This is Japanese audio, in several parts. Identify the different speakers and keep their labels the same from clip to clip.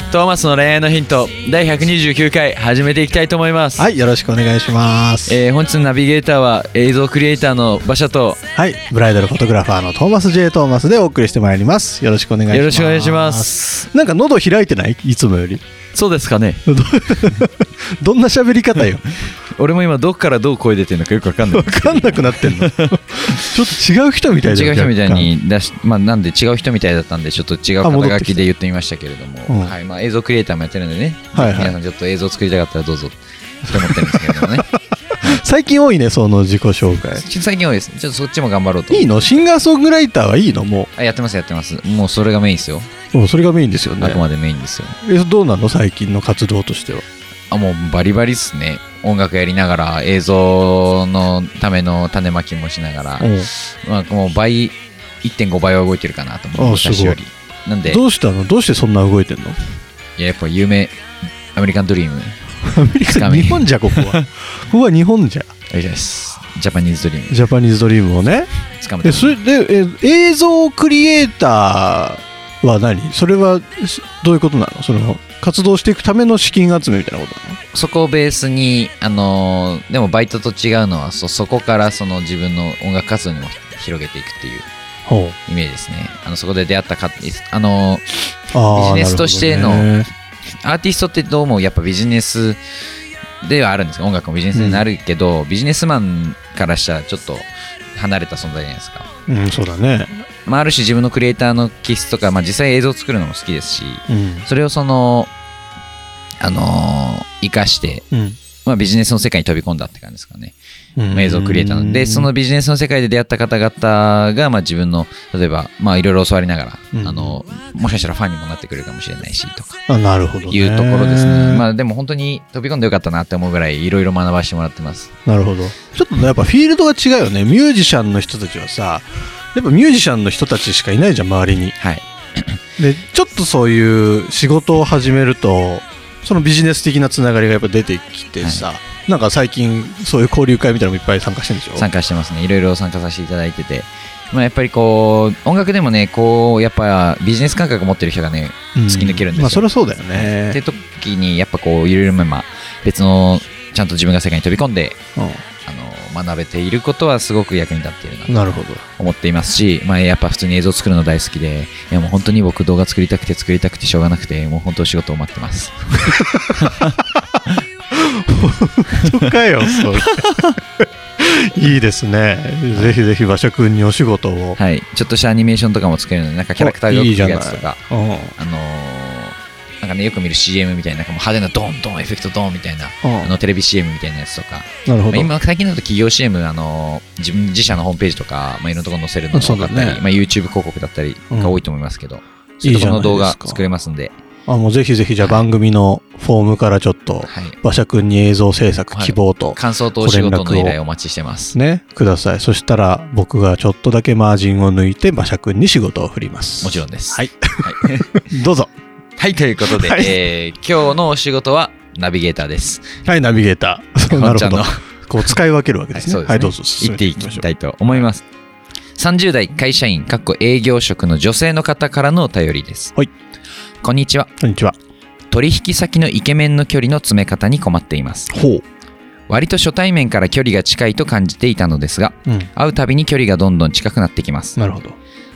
Speaker 1: トーマスの恋愛のヒント第129回始めていきたいと思います、
Speaker 2: はいよろしくお願いします
Speaker 1: えー本日のナビゲーターは映像クリエイターの馬車と
Speaker 2: はいブライダルフォトグラファーのトーマス J トーマスでお送りしてまいりますよろしくお願いします
Speaker 1: よろしくお願いします
Speaker 2: なんか喉開いてないいつもより
Speaker 1: そうですかね
Speaker 2: どどんな喋 り方よ
Speaker 1: 俺も今どっからどう声出てるのかよくわ かんない
Speaker 2: 分かんなくなってんのちょっと違う人みたいだよ
Speaker 1: 違う人みたい
Speaker 2: 若
Speaker 1: に出し、まあ、なんで違う人みたいだったんでちょっと違う
Speaker 2: あ戻ってきた
Speaker 1: 肩書きで言ってみましたけれども、
Speaker 2: うん
Speaker 1: はいまあ、映像クリエイターもやってるんでね、
Speaker 2: はいはい
Speaker 1: 皆さんちょっと映像作りたかったらどうぞと思ってるんですけれ どもね
Speaker 2: 干最近多いねその自己紹介
Speaker 1: ちょっと最近多いですねちょっとそっちも頑張ろうと
Speaker 2: いいのシンガーソングライターはいいのも
Speaker 1: あやってますやってますもうそれがメインですよ、
Speaker 2: ううんそれがメインですよね
Speaker 1: あくまでメインですよ
Speaker 2: えどうなの最近の活動としては
Speaker 1: あもうバリバリっすね音楽やりながら映像のための種まきもしながら、
Speaker 2: うん
Speaker 1: まあ、もう倍1.5倍は動いてるかなと思う
Speaker 2: あすごい
Speaker 1: 昔よりなんで
Speaker 2: どうしたのどうしてそんな動いてんの
Speaker 1: いややっぱ有名アメリカンドリーム
Speaker 2: アメリカ日本じゃこ こはここは日本じゃ
Speaker 1: あれですジャパニーズドリーム
Speaker 2: ジャパニーズドリームをね
Speaker 1: つかめ
Speaker 2: え
Speaker 1: た
Speaker 2: それでえ映像クリエイターは何それはしどういうことなのその活動していくための資金集めみたいなことなの
Speaker 1: そこをベースに、あのーでもバイトと違うのはそそこからその自分の音楽活動にも広げていくっていう
Speaker 2: ほう
Speaker 1: イメージですねあのそこで出会ったか、あのー
Speaker 2: あー
Speaker 1: ビジネスとしての
Speaker 2: なる
Speaker 1: アーティストってどうもやっぱビジネスではあるんですか音楽もビジネスになるけど、ビジネスマンからしたらちょっと離れた存在じゃないですか、
Speaker 2: ほどねうんそうだね
Speaker 1: まあ、ある種自分のクリエイターの気質とか、まあ、実際映像作るのも好きですし
Speaker 2: うん
Speaker 1: それをそのあの生かして、
Speaker 2: うん
Speaker 1: まあ、ビジネスの世界に飛び込んだって感じですかね、
Speaker 2: うん
Speaker 1: まあ映像クリエイターなんでそのビジネスの世界で出会った方々が、まあ、自分の例えばまあいろいろ教わりながら、
Speaker 2: うん
Speaker 1: あのもしかしたらファンにもなってくれるかもしれないしとか
Speaker 2: あなるほどね
Speaker 1: いうところですね。まあでも本当に飛び込んでよかったなって思うぐらいいろいろ学ばせてもらってます。
Speaker 2: なるほどちょっとねやっぱフィールドが違うよねミュージシャンの人たちはさやっぱミュージシャンの人たちしかいないじゃん周りに
Speaker 1: はい。
Speaker 2: でちょっとそういう仕事を始めるとそのビジネス的なつながりがやっぱ出てきてさ、なんか最近そういう交流会みたいなのもいっぱい参加してるんでしょ
Speaker 1: 参加してますね。いろいろ参加させていただいてて。まあやっぱりこう、音楽でもね、こう、やっぱビジネス感覚持ってる人がね、
Speaker 2: うん
Speaker 1: 突き抜けるんですよ
Speaker 2: まあそれはそうだ
Speaker 1: っ
Speaker 2: よ
Speaker 1: て
Speaker 2: ね、
Speaker 1: 時にやっぱこう、いろいろまあ別の、ちゃんと自分が世界に飛び込んで、
Speaker 2: う
Speaker 1: あの、学べていることはすごく役に立っているなと
Speaker 2: ん、なるほど
Speaker 1: 思っていますし、まあやっぱ普通に映像作るの大好きで、いやもう本当に僕動画作りたくて作りたくてしょうがなくて、もう本当お仕事を待ってます。
Speaker 2: そっかよそれ いいですねぜひぜひ馬車くんにお仕事を、
Speaker 1: はい、ちょっとしたアニメーションとかも作れるので、なんかキャラクターが動
Speaker 2: お
Speaker 1: く
Speaker 2: いいじゃない
Speaker 1: やつとか、
Speaker 2: うん
Speaker 1: あのーなんかね、よく見る CM みたいな、なんかもう派手なドンドン、エフェクトドンみたいな、あのテレビ CM みたいなやつとか、
Speaker 2: なる
Speaker 1: ま
Speaker 2: ほ
Speaker 1: あ
Speaker 2: ど、
Speaker 1: 今、最近だと企業 CM、あのー自分自社のホームページとか、まあ、いろんなところに載せるの
Speaker 2: そ
Speaker 1: と
Speaker 2: う
Speaker 1: か
Speaker 2: だ
Speaker 1: った
Speaker 2: ね
Speaker 1: り、まあ、YouTube 広告だったりが多いと思いますけど、そう
Speaker 2: い
Speaker 1: い
Speaker 2: い
Speaker 1: と
Speaker 2: うじ
Speaker 1: ころ
Speaker 2: ゃな
Speaker 1: の
Speaker 2: い
Speaker 1: 動画
Speaker 2: ですか
Speaker 1: 作れますんで、
Speaker 2: あもうぜひぜひじゃあ番組のフォームからちょっと
Speaker 1: はい、
Speaker 2: 馬車くんに映像制作希望と、
Speaker 1: 感想とお仕事の
Speaker 2: ご連絡を
Speaker 1: 依頼お待ちしてます。
Speaker 2: ね、ください。そしたら僕がちょっとだけマージンを抜いて馬車くんに仕事を振ります。
Speaker 1: もちろんです。
Speaker 2: はい。
Speaker 1: はい、
Speaker 2: どうぞ。
Speaker 1: はいということで、
Speaker 2: はい
Speaker 1: えー今日のお仕事はナビゲーターです。
Speaker 2: はい、ナビゲーター。そうなる
Speaker 1: ちゃ
Speaker 2: ほ
Speaker 1: んの
Speaker 2: ど。こう使い分けるわけですね。
Speaker 1: そう
Speaker 2: はい、
Speaker 1: ですね
Speaker 2: どうぞ
Speaker 1: 行
Speaker 2: 進
Speaker 1: っ
Speaker 2: め
Speaker 1: てい
Speaker 2: きまし
Speaker 1: き
Speaker 2: ょ
Speaker 1: たいと思います30代会社員かっこ営業職の女性の方からのお便りです、
Speaker 2: はい
Speaker 1: こんにちは
Speaker 2: う。こんにちは。
Speaker 1: 取引先のイケメンの距離の詰め方に困っています
Speaker 2: ほう。
Speaker 1: 割と初対面から距離が近いと感じていたのですが
Speaker 2: うん。
Speaker 1: 会うたびに距離がどんどん近くなってきます
Speaker 2: なるほど。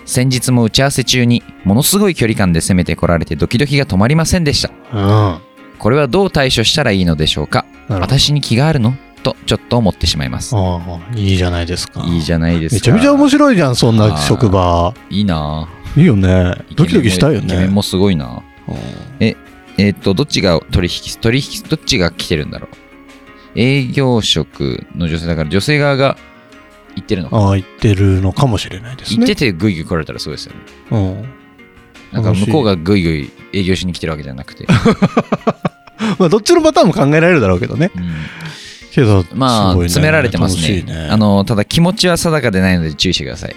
Speaker 1: 先日も打ち合わせ中にものすごい距離感で攻めてこられてドキドキが止まりませんでした
Speaker 2: うん。な
Speaker 1: これはどう対処したらいいのでしょうか
Speaker 2: るほど。
Speaker 1: 私に気があるのとちょっと思ってしまいます
Speaker 2: ああ、いいじゃないですか。
Speaker 1: いいじゃないですか
Speaker 2: めちゃめちゃ面白いじゃん、そんな職場。
Speaker 1: いいなあ
Speaker 2: いいよね。ドキドキしたいよ
Speaker 1: イケメン
Speaker 2: ね。
Speaker 1: もすごいな。えっ、と、どっちが取引、取引、どっちが来てるんだろう。営業職の女性だから、女性側が行ってるのか。
Speaker 2: ああ、言ってるのかもしれないです
Speaker 1: 行って
Speaker 2: ね。
Speaker 1: てグイグイ来られたらそうですよね。
Speaker 2: うん。
Speaker 1: なんか向こうがグイグイ営業しに来てるわけじゃなくて。
Speaker 2: まあ、どっちのパターンも考えられるだろうけどね。
Speaker 1: うん
Speaker 2: けど、
Speaker 1: まあ、
Speaker 2: すごいね
Speaker 1: 詰められてます
Speaker 2: 楽し
Speaker 1: ね
Speaker 2: いね
Speaker 1: あの、ただ気持ちは定かでないので注意してください。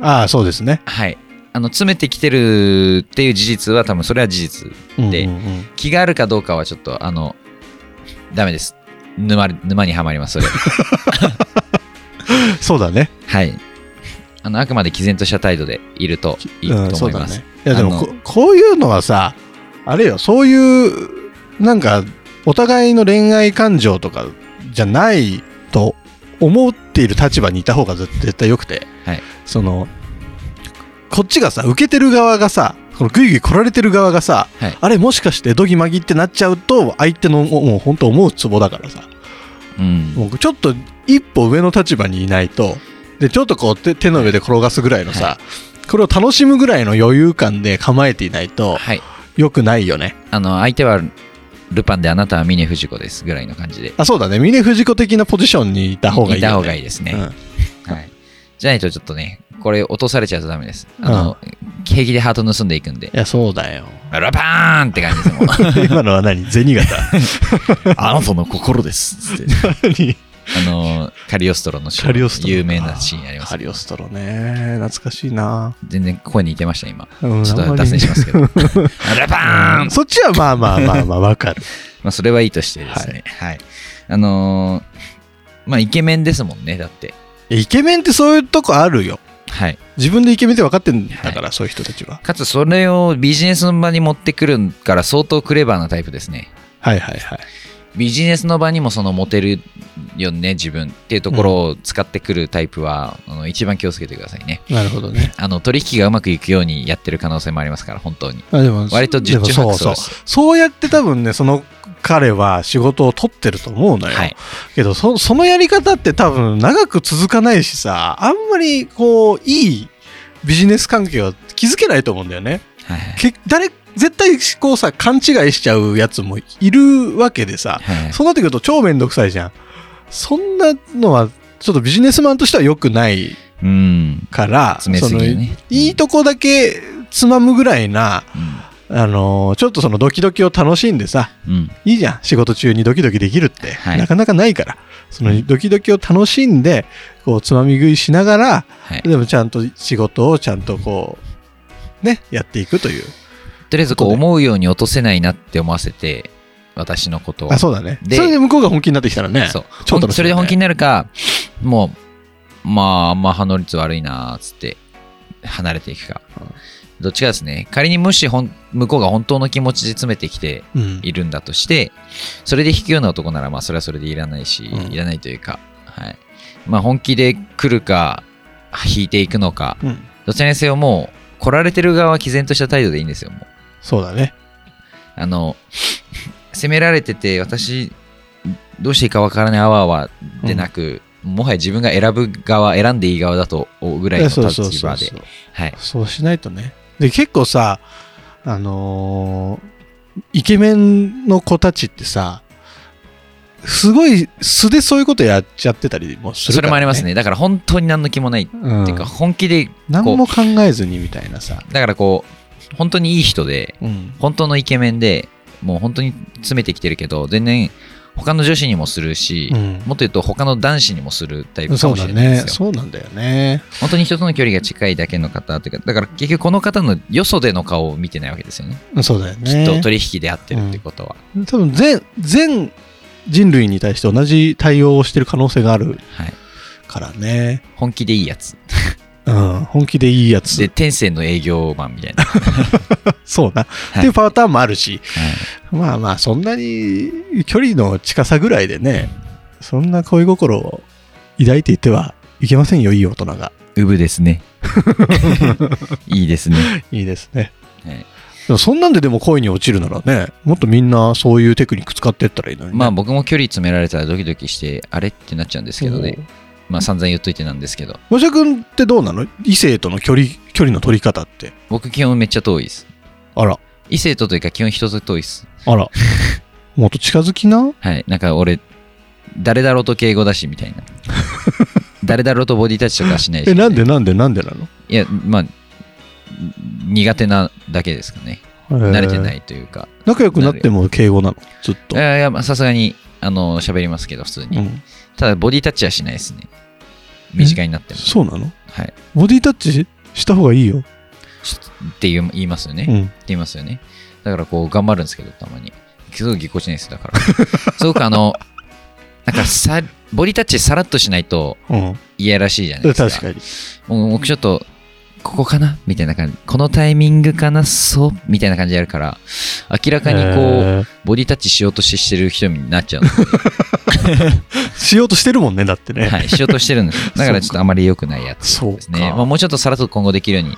Speaker 2: ああ、そうですね。
Speaker 1: はい。あの、詰めてきてるっていう事実は多分それは事実。で
Speaker 2: うんうんうん
Speaker 1: 気があるかどうかはちょっと、あの、ダメです。沼り沼にはまります、それ。
Speaker 2: そうだね。
Speaker 1: はい。あの、あくまで毅然とした態度でいるといいと
Speaker 2: うん、
Speaker 1: 思
Speaker 2: そう
Speaker 1: い
Speaker 2: だ
Speaker 1: ます
Speaker 2: ね。。いや、で
Speaker 1: あ
Speaker 2: も
Speaker 1: の
Speaker 2: こ、こういうのはさ、あれよ、そういう、なんか、お互いの恋愛感情とかじゃないと思っている立場にいた方が絶絶対良くて、
Speaker 1: はい
Speaker 2: その、こっちがさ、受けてる側がさ、このグイグイ来られてる側がさ、
Speaker 1: はい
Speaker 2: あれもしかしてどぎまぎってなっちゃうと、相手のもうもう本当思うツボだからさ、
Speaker 1: うん。
Speaker 2: もうちょっと一歩上の立場にいないとでちょっとこう手手の上で転がすぐらいのさ、これを楽しむぐらいの余裕感で構えていないと
Speaker 1: はい。
Speaker 2: 良くないよね
Speaker 1: あの、相手はルパンであなたは峰不二子ですぐらいの感じで。
Speaker 2: あそうだね峰不二子的なポジションにいた方がいいよ、ね、
Speaker 1: た方がいいですね。
Speaker 2: うん
Speaker 1: はい。じゃないとちょっとね、これ落とされちゃうとダメです。あの、平気でハート盗んでいくんで、
Speaker 2: いやそうだよ
Speaker 1: ラパーンって感じですもん。
Speaker 2: 今のは何銭 形
Speaker 1: あなたの心です。って
Speaker 2: 何
Speaker 1: あの、カリオストロのシーン
Speaker 2: カリオストロ
Speaker 1: 有名なシーンあります
Speaker 2: カ。リオストロね懐かしいな、
Speaker 1: 全然声に似てました、今。
Speaker 2: うん
Speaker 1: ちょっ
Speaker 2: あんま
Speaker 1: と
Speaker 2: り
Speaker 1: 脱線しますけど。ラパーン
Speaker 2: そっちはまあまあまあまあ わかる
Speaker 1: まあ、それはいいとしてですね。はい。あのーまあ、イケメンですもんね、だって。
Speaker 2: いやイケメンってそういうとこあるよ
Speaker 1: はい。
Speaker 2: 自分でイケメンって分かってんだから、そういう人たちは
Speaker 1: かつ、それをビジネスの場に持ってくるから相当クレバーなタイプですね。
Speaker 2: はいはいはい
Speaker 1: ビジネスの場にもそのモテるよね自分っていうところを使ってくるタイプは、あの一番気をつけてくださいね
Speaker 2: なるほどね
Speaker 1: あの取引がうまくいくようにやってる可能性もありますから本当に
Speaker 2: あでも
Speaker 1: 割と十中
Speaker 2: でも
Speaker 1: 八
Speaker 2: そ
Speaker 1: 九で
Speaker 2: うそう
Speaker 1: す
Speaker 2: そうやって多分ねその彼は仕事を取ってると思うのよ、
Speaker 1: はい
Speaker 2: けどそそのやり方って多分長く続かないしさあんまりこういいビジネス関係は築けないと思うんだよね
Speaker 1: はいはい
Speaker 2: け誰絶対こうさ勘違いしちゃうやつもいるわけでさ
Speaker 1: はい
Speaker 2: そうなってくると超めんどくさいじゃんそんなのはちょっとビジネスマンとしては良くない
Speaker 1: うん
Speaker 2: から、
Speaker 1: 詰めすぎるね
Speaker 2: そのいいとこだけつまむぐらいな
Speaker 1: う
Speaker 2: あのーちょっとそのドキドキを楽しんでさ、
Speaker 1: んうん
Speaker 2: いいじゃん。仕事中にドキドキできるって、
Speaker 1: はい
Speaker 2: なかなかないから。そのドキドキを楽しんで、こう、つまみ食いしながら、
Speaker 1: はい
Speaker 2: でもちゃんと仕事をちゃんとこう、ね、やっていくという。
Speaker 1: とりあえずこう思うように落とせないなって思わせて私のことを
Speaker 2: あ、そうだね。
Speaker 1: で
Speaker 2: それで向こうが本気になってきたらね。
Speaker 1: そう
Speaker 2: 超楽しいよね
Speaker 1: それで本気になるかもうまああんま反応率悪いなーっつって離れていくか、どっちかですね仮にもしほん向こうが本当の気持ちで詰めてきて
Speaker 2: うん。
Speaker 1: いるんだとしてそれで引くような男ならまあそれはそれでいらないし、
Speaker 2: うん
Speaker 1: いらないというか、はいまあ、本気で来るか引いていくのか
Speaker 2: うん
Speaker 1: どちらにせよもう来られてる側は毅然とした態度でいいんですよもう
Speaker 2: そうだね。
Speaker 1: あの責められてて私どうしていいかわからないあわあわでなく、もはや自分が選ぶ側選んでいい側だと思うぐらいの立
Speaker 2: そうそうそ
Speaker 1: 場
Speaker 2: う
Speaker 1: で
Speaker 2: そう。
Speaker 1: はい
Speaker 2: そうしないとね。で、結構さ、あのーイケメンの子たちってさ、すごい素でそういうことやっちゃってたりもする
Speaker 1: そ
Speaker 2: か
Speaker 1: れ
Speaker 2: ら、ね。
Speaker 1: もあります。ねだから本当に何の気もないって
Speaker 2: うん、
Speaker 1: いうか、本気で
Speaker 2: 何
Speaker 1: こ
Speaker 2: も考えずにみたいなさ。
Speaker 1: うだからこう本当にいい人で
Speaker 2: うん。
Speaker 1: 本当のイケメンでもう本当に詰めてきてるけど全然他の女子にもするし、
Speaker 2: うん
Speaker 1: もっと言うと他の男子にもするタイプか
Speaker 2: そ
Speaker 1: も
Speaker 2: う
Speaker 1: し
Speaker 2: だ
Speaker 1: れないで
Speaker 2: ね。
Speaker 1: すよ、
Speaker 2: そうなんだよね。
Speaker 1: 本当に人との距離が近いだけの方というかだから結局この方のよそでの顔を見てないわけですよね
Speaker 2: そうだよ
Speaker 1: きっ
Speaker 2: ね。
Speaker 1: と取引で合ってるってことは、
Speaker 2: 多分全、全人類に対して同じ対応をしてる可能性がある
Speaker 1: はい、
Speaker 2: からね。
Speaker 1: 本気でいいやつ
Speaker 2: うん。本気でいいやつ。
Speaker 1: で天性の営業マンみたい な、は
Speaker 2: そうな。
Speaker 1: い
Speaker 2: っていうパターンもあるし。
Speaker 1: い
Speaker 2: まあまあそんなに距離の近さぐらいでねそんな恋心を抱いていてはいけませんよいい大人が
Speaker 1: うぶですね いいですね、
Speaker 2: いいですね
Speaker 1: はい
Speaker 2: でもそんなんででも恋に落ちるならねもっとみんなそういうテクニック使ってったらいいのにね、
Speaker 1: まあ僕も距離詰められたらドキドキしてあれってなっちゃうんですけどねまあ散々言っといてなんですけど
Speaker 2: もしゃくんってどうなの異性との距離距離の取り方って
Speaker 1: 僕基本めっちゃ遠いです
Speaker 2: あら
Speaker 1: 異性とというか基本人と遠いです
Speaker 2: あらもっと近づきな
Speaker 1: はいなんか俺誰だろうと敬語だしみ たいな誰だろうとボディタッチとかはしないし
Speaker 2: えなんでなんでなんでなの
Speaker 1: いやまあ苦手なだけですかね慣
Speaker 2: 慣
Speaker 1: れてないいというか
Speaker 2: 仲良くなっても敬語なのずっと
Speaker 1: いやいや、まあさすがにあの喋りますけど普通に、
Speaker 2: うん、
Speaker 1: ただボディタッチはしないですね身近になっても
Speaker 2: そうなの
Speaker 1: はい
Speaker 2: ボディタッチした方がいいよ、
Speaker 1: って言う言いますよね、
Speaker 2: う
Speaker 1: って
Speaker 2: ん、
Speaker 1: 言いますよねだからこう頑張るんですけどたまにすごいぎこちないですだ からすごくあのなんかさボディタッチさらっとしないと
Speaker 2: うん、
Speaker 1: いやらしいじゃないですか
Speaker 2: 確かに
Speaker 1: もう僕ちょっとここかなみたいな感じこのタイミングかなそうみたいな感じでやるから明らかにこう、
Speaker 2: えー
Speaker 1: ボディタッチしようとしてしてる人になっちゃうの
Speaker 2: しようとしてるもんねだって ね、
Speaker 1: はいしようとしてるんですよだからちょっとあまり良くないやつ
Speaker 2: そう
Speaker 1: です
Speaker 2: か、
Speaker 1: ね、まあ、もうちょっとさらっと今後できるように、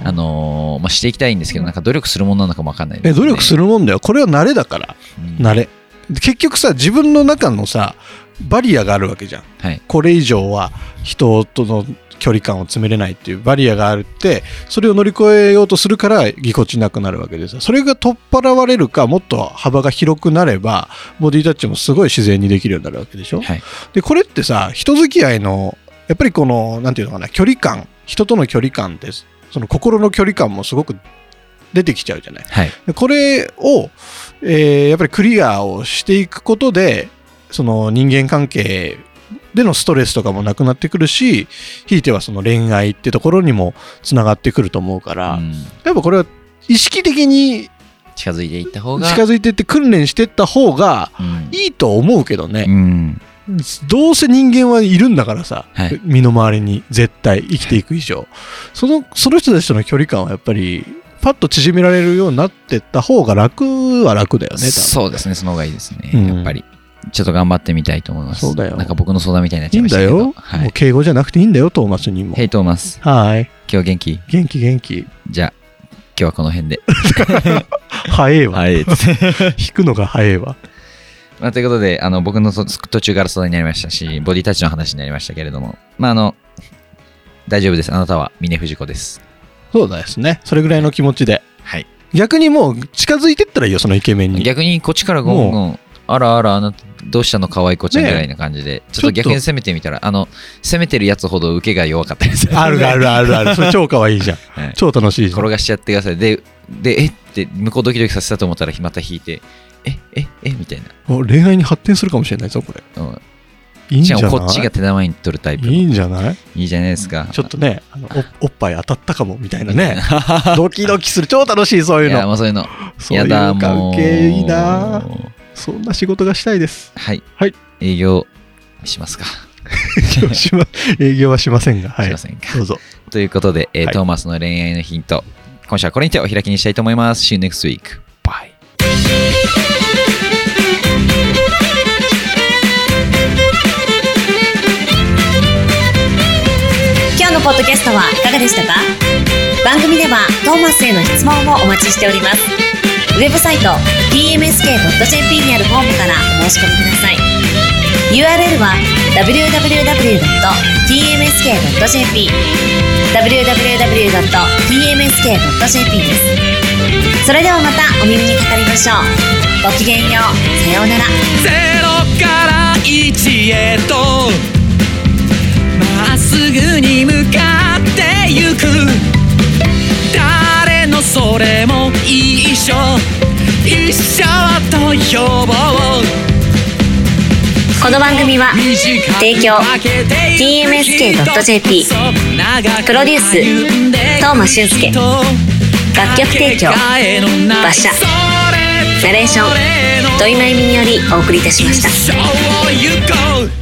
Speaker 2: うん
Speaker 1: あのーまあ、していきたいんですけどなんか努力するものなのかもわかんないです、
Speaker 2: え努力す
Speaker 1: る、
Speaker 2: るもんだよこれは慣れだから
Speaker 1: うん
Speaker 2: 慣れ結局さ自分の中のさバリアがあるわけじゃん
Speaker 1: はい
Speaker 2: これ以上は人との距離感を詰めれないっていうバリアがあるってそれを乗り越えようとするからぎこちなくなるわけでさそれが取っ払われるかもっと幅が広くなればボディタッチもすごい自然にできるようになるわけでしょ、
Speaker 1: はい
Speaker 2: でこれってさ人付き合いのやっぱりこのなんていうのかな距離感人との距離感ですその心の距離感もすごく出てきちゃうじゃない
Speaker 1: はい
Speaker 2: でこれを、えーやっぱりクリアをしていくことでその人間関係でのストレスとかもなくなってくるしひいてはその恋愛ってところにもつながってくると思うから、
Speaker 1: うん
Speaker 2: やっぱこれは意識的に
Speaker 1: 近づいていった方が
Speaker 2: 近づいていって訓練していった方が
Speaker 1: うん
Speaker 2: いいと思うけど
Speaker 1: う
Speaker 2: ね、
Speaker 1: ん
Speaker 2: どうせ人間はいるんだからさ、
Speaker 1: はい
Speaker 2: 身の回りに絶対生きていく以上、そのその人たちとの距離感はやっぱりパッと縮められるようになってった方が楽は楽だよね多分
Speaker 1: そうですねその方がいいですね、
Speaker 2: うん
Speaker 1: やっぱりちょっと頑張ってみたいと思います
Speaker 2: そうだよ
Speaker 1: なんか僕の相談みたいになっちゃ
Speaker 2: い
Speaker 1: い
Speaker 2: いん
Speaker 1: ました
Speaker 2: だ
Speaker 1: けど
Speaker 2: よ、
Speaker 1: は
Speaker 2: もう
Speaker 1: い
Speaker 2: 敬語じゃなくていいんだよトーマスにも
Speaker 1: ヘイトーマス
Speaker 2: はい
Speaker 1: 今日元気
Speaker 2: 元気元気
Speaker 1: じゃあ今日はこの辺で
Speaker 2: 早えわ
Speaker 1: はい
Speaker 2: 引くのが早えわ
Speaker 1: まあ、ということで、あの僕のそ途中から相談になりましたし、ボディタッチの話になりましたけれども、まあ、あの、大丈夫です。あなたは峰藤子です。
Speaker 2: そうですねそれぐらいの気持ちで
Speaker 1: はい。
Speaker 2: 逆にもう近づいてったらいいよそのイケメンに
Speaker 1: 逆にこっちからゴンゴン、あらあら、あなた、どうしたの可愛い子ちゃん
Speaker 2: ねえ
Speaker 1: ぐらいな感じで、ちょっ
Speaker 2: ちょっ
Speaker 1: と
Speaker 2: と
Speaker 1: 逆に攻めてみたら、あの、攻めてるやつほど受けが弱かったです。
Speaker 2: あるあるあるあるそれ超可愛いじゃん、
Speaker 1: はい
Speaker 2: 超楽しいじゃん
Speaker 1: 転がしちゃってください。で、で、えって、向こうドキドキさせたと思ったら、また引いて、え、え、えみたい
Speaker 2: お恋愛に発展するかもしれないぞこれ
Speaker 1: な。うん
Speaker 2: いいんじ
Speaker 1: し
Speaker 2: ゃ
Speaker 1: か
Speaker 2: ない
Speaker 1: もこっちが手玉に取るタイプの。
Speaker 2: いいんじゃない
Speaker 1: いいじゃないですか。
Speaker 2: ちょっとねあの おおっぱい当たったかもみたいなねドキドキする超楽しいそう
Speaker 1: い
Speaker 2: いう
Speaker 1: や、
Speaker 2: の
Speaker 1: もうそういうの。
Speaker 2: そうい
Speaker 1: や
Speaker 2: う
Speaker 1: だ、も
Speaker 2: 関
Speaker 1: う。
Speaker 2: 係いいなそんな仕事がしたいです
Speaker 1: はい。
Speaker 2: はい
Speaker 1: 営業しますか。
Speaker 2: しま営業はしませんがは
Speaker 1: し
Speaker 2: い
Speaker 1: ませんか。
Speaker 2: どうぞ
Speaker 1: ということで、えー
Speaker 2: はい
Speaker 1: トーマスの恋愛のヒント、今週はこれにてお開きにしたいと思います。See you next week. Bye.
Speaker 3: 「今日のポッドキャストはいかがでしたか番組ではトーマスへの質問もお待ちしておりますウェブサイト tmsk.jp にあるフォームからお申し込みください URL は www.tmsk.jp www.tmsk.jp ですそれではまたお耳にかかりましょうごきげんようさようなら
Speaker 4: ゼロから一へとまっすぐに向かってゆく誰のそれも一緒一緒と呼ぼう
Speaker 3: この番組は提供 TMSK.jp プロデュース東間俊介楽曲提供馬車ナレーション土井真由美によりお送りいたしました
Speaker 4: 一生を行こう